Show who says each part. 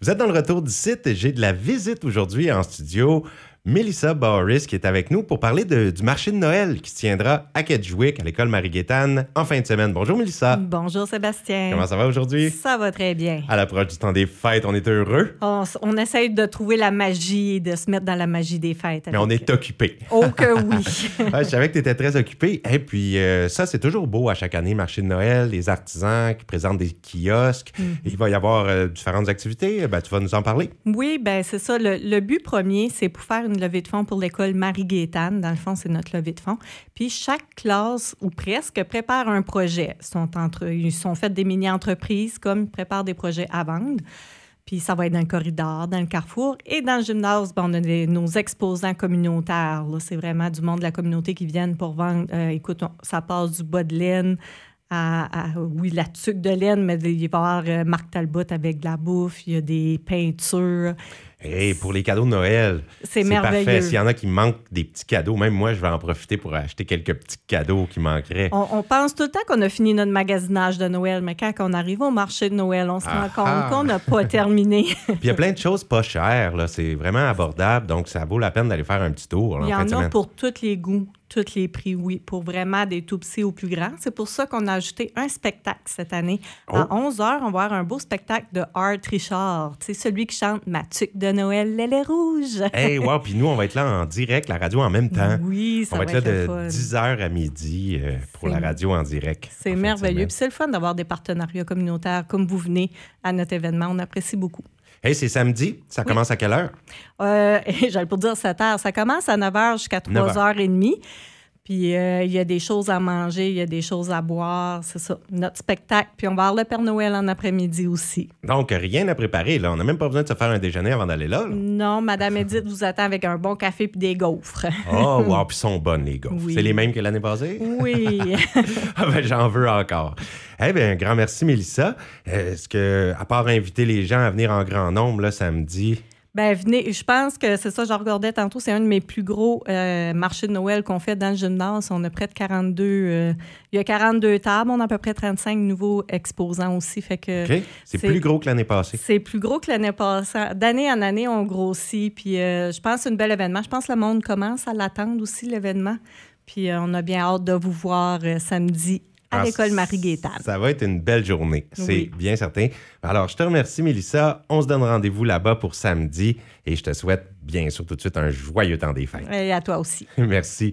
Speaker 1: Vous êtes dans le retour du site. J'ai de la visite aujourd'hui en studio. Melissa Boris qui est avec nous pour parler de- du marché de Noël qui se tiendra à Kedgewick, à l'école Marie-Guétane, en fin de semaine. Bonjour Melissa.
Speaker 2: Bonjour Sébastien.
Speaker 1: Ah. Comment ça va aujourd'hui?
Speaker 2: Ça va très bien.
Speaker 1: À l'approche du temps des fêtes, on est heureux,
Speaker 2: On, s- on essaye de trouver la magie et de se mettre dans la magie des fêtes.
Speaker 1: mais on
Speaker 2: avec-
Speaker 1: est occupé.
Speaker 2: Oh que oui.
Speaker 1: Ouais, je savais que tu étais très occupé. Et puis, euh, ça, c'est toujours beau à chaque année, le marché de Noël, les artisans qui présentent des kiosques. Il va y avoir euh, différentes activités. Ben, tu vas nous en parler.
Speaker 2: oui, ben c'est ça. Le, le but premier, c'est pour faire une levée de fonds pour l'école Marie-Gaétane. Dans le fond, c'est notre levée de fonds. Puis chaque classe, ou presque, prépare un projet. Ils sont, entre, ils sont faits des mini-entreprises, comme ils préparent des projets à vendre. Puis ça va être dans le corridor, dans le carrefour et dans le gymnase. ben, on a des- nos exposants communautaires. là. C'est vraiment du monde de la communauté qui viennent pour vendre. Euh, écoute, on- ça passe du bas de laine à, à- oui, la tuque de laine, mais il va y avoir euh, Marc Talbot avec de la bouffe. Il y a des peintures.
Speaker 1: Et pour les cadeaux de Noël,
Speaker 2: C'est
Speaker 1: parfait.
Speaker 2: merveilleux.
Speaker 1: S'il y en a qui manquent des petits cadeaux, même moi, je vais en profiter pour acheter quelques petits cadeaux qui manqueraient.
Speaker 2: On, on pense tout le temps qu'on a fini notre magasinage de Noël, mais quand on arrive au marché de Noël, on se
Speaker 1: Ah
Speaker 2: rend
Speaker 1: ah.
Speaker 2: compte qu'on n'a pas terminé.
Speaker 1: Puis il y a plein de choses pas chères. là. C'est vraiment abordable, donc ça vaut la peine d'aller faire un petit tour là,
Speaker 2: Il y
Speaker 1: en fin
Speaker 2: en
Speaker 1: de
Speaker 2: a
Speaker 1: semaine.
Speaker 2: pour tous les goûts, tous les prix, oui, pour vraiment des tout petits aux plus grands. C'est pour ça qu'on a ajouté un spectacle cette année.
Speaker 1: Oh.
Speaker 2: À 11 h, on va avoir un beau spectacle de Art Richard. C'est celui qui chante Ma tuque de Noël, elle est rouge.
Speaker 1: Hey, wow! Puis nous, on va être là en direct, la radio en même temps.
Speaker 2: Ben Oui, ça
Speaker 1: Hein? on va être là
Speaker 2: le
Speaker 1: de
Speaker 2: fun.
Speaker 1: 10h à midi euh, pour
Speaker 2: C'est-
Speaker 1: la radio en direct. en fin
Speaker 2: C'est
Speaker 1: de
Speaker 2: merveilleux.
Speaker 1: semaine.
Speaker 2: Puis c'est le fun d'avoir des partenariats communautaires comme vous venez à notre événement. On apprécie beaucoup.
Speaker 1: Hey, c'est samedi. Ça commence à quelle heure?
Speaker 2: Euh, J'allais pour dire 7 h. Ça commence à 9 h jusqu'à 3 h 30 Puis euh, il y a des choses à manger, il y a des choses à boire, c'est ça. Notre spectacle. Puis on va avoir le Père Noël en après-midi aussi.
Speaker 1: Donc, rien à préparer. Là. On n'a même pas besoin de se faire un déjeuner avant d'aller là. là.
Speaker 2: Non, Madame Edith vous attend avec un bon café puis des gaufres.
Speaker 1: Oh, wow! Puis ils sont bonnes, les gars.
Speaker 2: Oui.
Speaker 1: C'est les mêmes que l'année passée?
Speaker 2: Oui.
Speaker 1: Ah ben, j'en veux encore. Eh bien, grand merci, Mélissa. Euh, Est-ce que, à part inviter les gens à venir en grand nombre là, samedi,
Speaker 2: ben venez, je pense que c'est ça, je regardais tantôt, c'est un de mes plus gros euh, marchés de Noël qu'on fait dans le gymnase. On a près de 42, euh, il y a 42 tables, on a à peu près 35 nouveaux exposants aussi. Fait que
Speaker 1: OK? c'est
Speaker 2: Euh, c'est-
Speaker 1: plus gros que l'année passée.
Speaker 2: C'est plus gros que l'année passée. D'année en année, on grossit. Puis euh, je pense que c'est un bel événement. Je pense que le monde commence à l'attendre aussi, l'événement. Puis euh, on a bien hâte de vous voir euh, samedi à
Speaker 1: Ah,
Speaker 2: l'école Marie-Gaétane.
Speaker 1: Ça va être une belle journée, c'est
Speaker 2: Oui.
Speaker 1: bien certain. Alors, je te remercie, Mélissa. On se donne rendez-vous là-bas pour samedi et je te souhaite, bien sûr, tout de suite un joyeux temps des fêtes.
Speaker 2: Et à toi aussi.
Speaker 1: Merci.